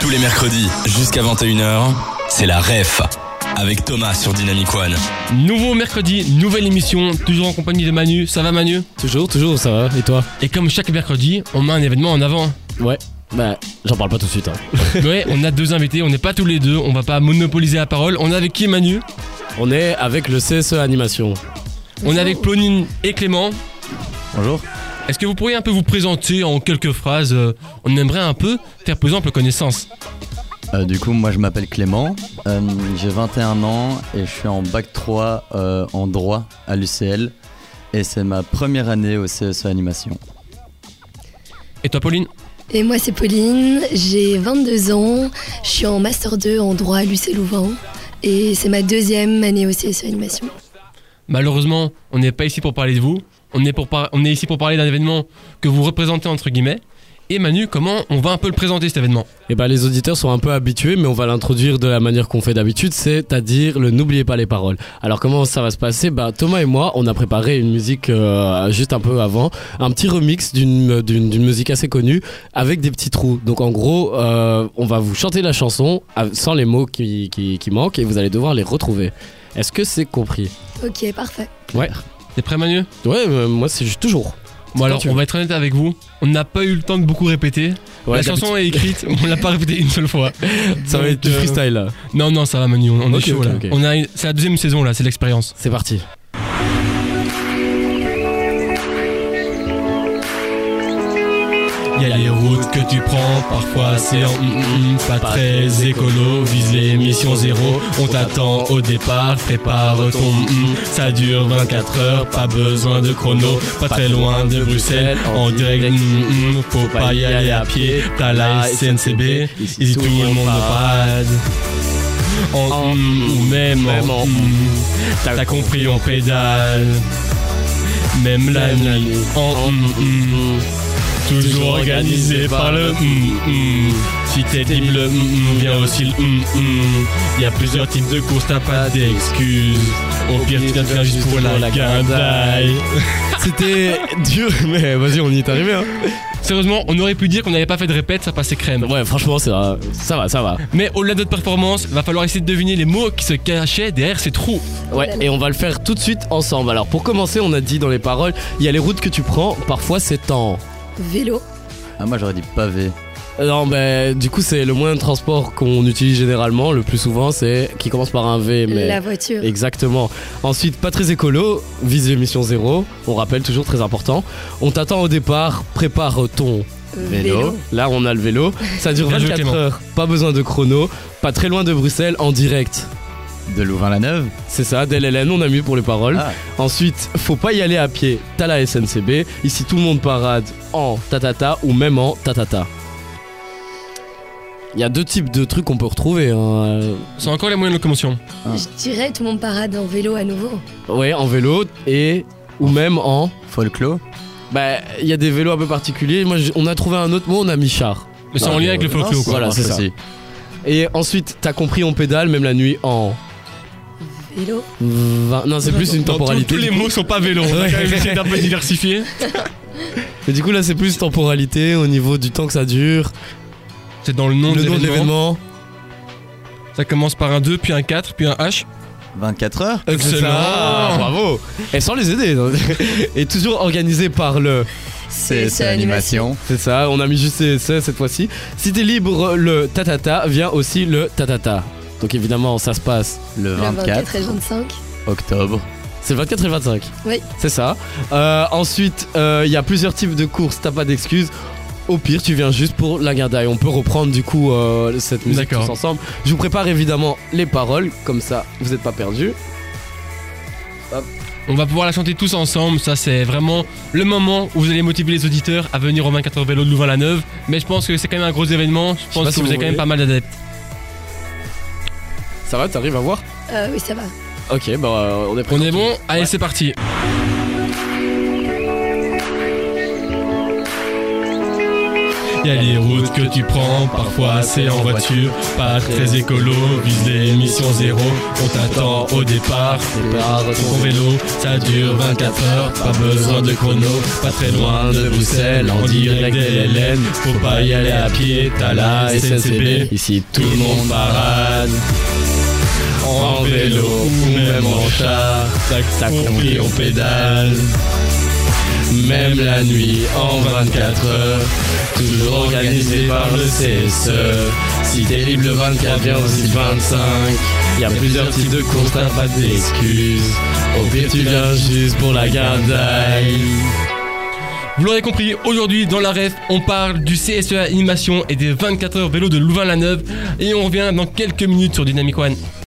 Tous les mercredis, jusqu'à 21h, c'est la REF. Avec Thomas sur Dynamic One. Nouveau mercredi, nouvelle émission, toujours en compagnie de Manu. Ça va Manu Toujours, toujours, ça va. Et toi Et comme chaque mercredi, on met un événement en avant. Ouais. Bah, j'en parle pas tout de suite. Hein. Ouais, on a deux invités, on n'est pas tous les deux, on va pas monopoliser la parole. On est avec qui Manu On est avec le CSE Animation. On est avec Plonine et Clément. Bonjour. Est-ce que vous pourriez un peu vous présenter en quelques phrases euh, On aimerait un peu faire plus ample connaissance. Euh, du coup, moi je m'appelle Clément, euh, j'ai 21 ans et je suis en bac 3 euh, en droit à l'UCL. Et c'est ma première année au CSE Animation. Et toi Pauline Et moi, c'est Pauline, j'ai 22 ans, je suis en Master 2 en droit à l'UC Louvain et c'est ma deuxième année au CSE Animation. Malheureusement, on n'est pas ici pour parler de vous, on est, pour par- on est ici pour parler d'un événement que vous représentez entre guillemets. Et Manu, comment on va un peu le présenter cet événement Et bah, les auditeurs sont un peu habitués, mais on va l'introduire de la manière qu'on fait d'habitude, c'est-à-dire le n'oubliez pas les paroles. Alors, comment ça va se passer Bah, Thomas et moi, on a préparé une musique euh, juste un peu avant, un petit remix d'une d'une d'une musique assez connue avec des petits trous. Donc, en gros, euh, on va vous chanter la chanson av- sans les mots qui, qui, qui manquent et vous allez devoir les retrouver. Est-ce que c'est compris Ok, parfait. T'es prêt Manu Ouais, euh, moi, c'est juste toujours. Bon alors, tu on va être honnête avec vous, on n'a pas eu le temps de beaucoup répéter. Ouais, la chanson est écrite, on l'a pas répétée une seule fois. Ça va Donc, être du euh, freestyle là. Non, non, ça va Manu, on, on Ok, est chaud ok, là. ok. On a, c'est la deuxième saison là, c'est l'expérience. C'est parti. Il y a les routes que tu prends, parfois c'est en hum, hum, pas très écolo, vise l'émission zéro, on t'attend au départ, prépare ton hum, hum. ça dure 24 heures, pas besoin de chrono, pas très loin de Bruxelles, en direct, hum, hum, faut pas y aller à pied, t'as la SNCB, ici tout le monde parade. En hum, ou même même en en hum. t'as compris, on pédale. Même la Même la nuit, nuit. en hum, hum. Toujours organisé par le hum, hum. Si t'es type le hum, hum, viens aussi le hum, hum. Y a plusieurs types de courses, t'as pas d'excuses. Au pire, tu viens de faire juste pour la guindaille. C'était dur, mais vas-y, on y est arrivé. Hein. Sérieusement, on aurait pu dire qu'on n'avait pas fait de répète, ça passait crème. Ouais, franchement, ça va, ça va, ça va. Mais au-delà de notre performance, va falloir essayer de deviner les mots qui se cachaient derrière ces trous. Ouais, et on va le faire tout de suite ensemble. Alors, pour commencer, on a dit dans les paroles, il y a les routes que tu prends, parfois c'est en. Vélo, Ah, moi j'aurais dit pavé. Non, mais du coup, c'est le moyen de transport qu'on utilise généralement, le plus souvent, c'est qui commence par un V, mais. la voiture, Exactement. Ensuite, pas très écolo, vise l'émission zéro, on rappelle toujours très important. On t'attend au départ, prépare ton vélo, Là, on a le vélo. Ça dure Bien joué, 24 Clément. heures. Pas besoin de chrono. Pas très loin de Bruxelles, en direct. De Louvain-la-Neuve C'est ça, DLLN, on a mis pour les paroles. Ah. Ensuite, faut pas y aller à pied. T'as la SNCB. Ici, tout le monde parade en tatata ou même en tatata. Il y a deux types de trucs qu'on peut retrouver. hein. Euh, C'est encore les moyens de locomotion. Ah. Je dirais tout mon parade en vélo à nouveau. Ouais, en vélo et ou même en. Folklore Bah, il y a des vélos un peu particuliers. Moi, j- on a trouvé un autre mot, on a mis char. Mais c'est Non, en mais lien avec le ouais. folklore quoi. Voilà, c'est ça. Et ensuite, t'as compris, on pédale même la nuit en. Vélo, vingt- Non, c'est plus une Dans tout- temporalité. Tous les mots sont pas vélo, on a quand même essayé d'un peu diversifier. Mais du coup, là, c'est plus temporalité au niveau du temps que ça dure, C'est dans le nom le de nom de l'événement. l'événement. Ça commence par un 2, puis un 4, puis un H. 24 heures Excellent. Ah, Bravo Et sans les aider. non. Et toujours organisé par le. E CSE E Animation. C'est ça, on a mis juste CSE cette fois-ci. Si t'es libre, le tatata vient aussi le tatata. Donc évidemment, ça se passe. Le le 24 24 et 25. octobre. C'est le 24 et le 25. Oui. C'est ça. Euh, ensuite, euh, il y a plusieurs types de courses, t'as pas d'excuses. Au pire, tu viens juste pour la guindaille. On peut reprendre du coup euh, cette musique D'accord. tous ensemble. Je vous prépare évidemment les paroles, comme ça vous n'êtes pas perdus. On va pouvoir la chanter tous ensemble, ça c'est vraiment le moment où vous allez motiver les auditeurs à venir au 24 heures vélo de Louvain-la-Neuve. Mais je pense que c'est quand même un gros événement, je pense pas que si vous vous avez quand même voulez. pas mal d'adeptes. Ça va, t'arrives à voir Euh, oui, ça va. Ok, bah euh, on est prêt. On est bon Allez c'est parti y a les routes que tu prends, parfois c'est en voiture, pas très écolo, vise l'émission zéro, on t'attend au départ, départ ton vélo, ça dure 24 heures, pas besoin de chrono, pas très loin de Bruxelles, en direct des LLN, faut pas y aller à pied, t'as la SNCB, Ici, tout le monde parade. En vélo ou même en char, tac tac, on plie, on pédale. Même la nuit en 24 heures, toujours organisé par le CSE. Si t'es libre le 24, viens aussi le 25. Y a plusieurs types de courses, t'as pas d'excuses. Au pire, tu viens juste pour la gardaille. Vous l'aurez compris, aujourd'hui dans la ref, on parle du E CSE animation et des 24 heures vélo de Louvain-la-Neuve. Et on revient dans quelques minutes sur Dynamic One.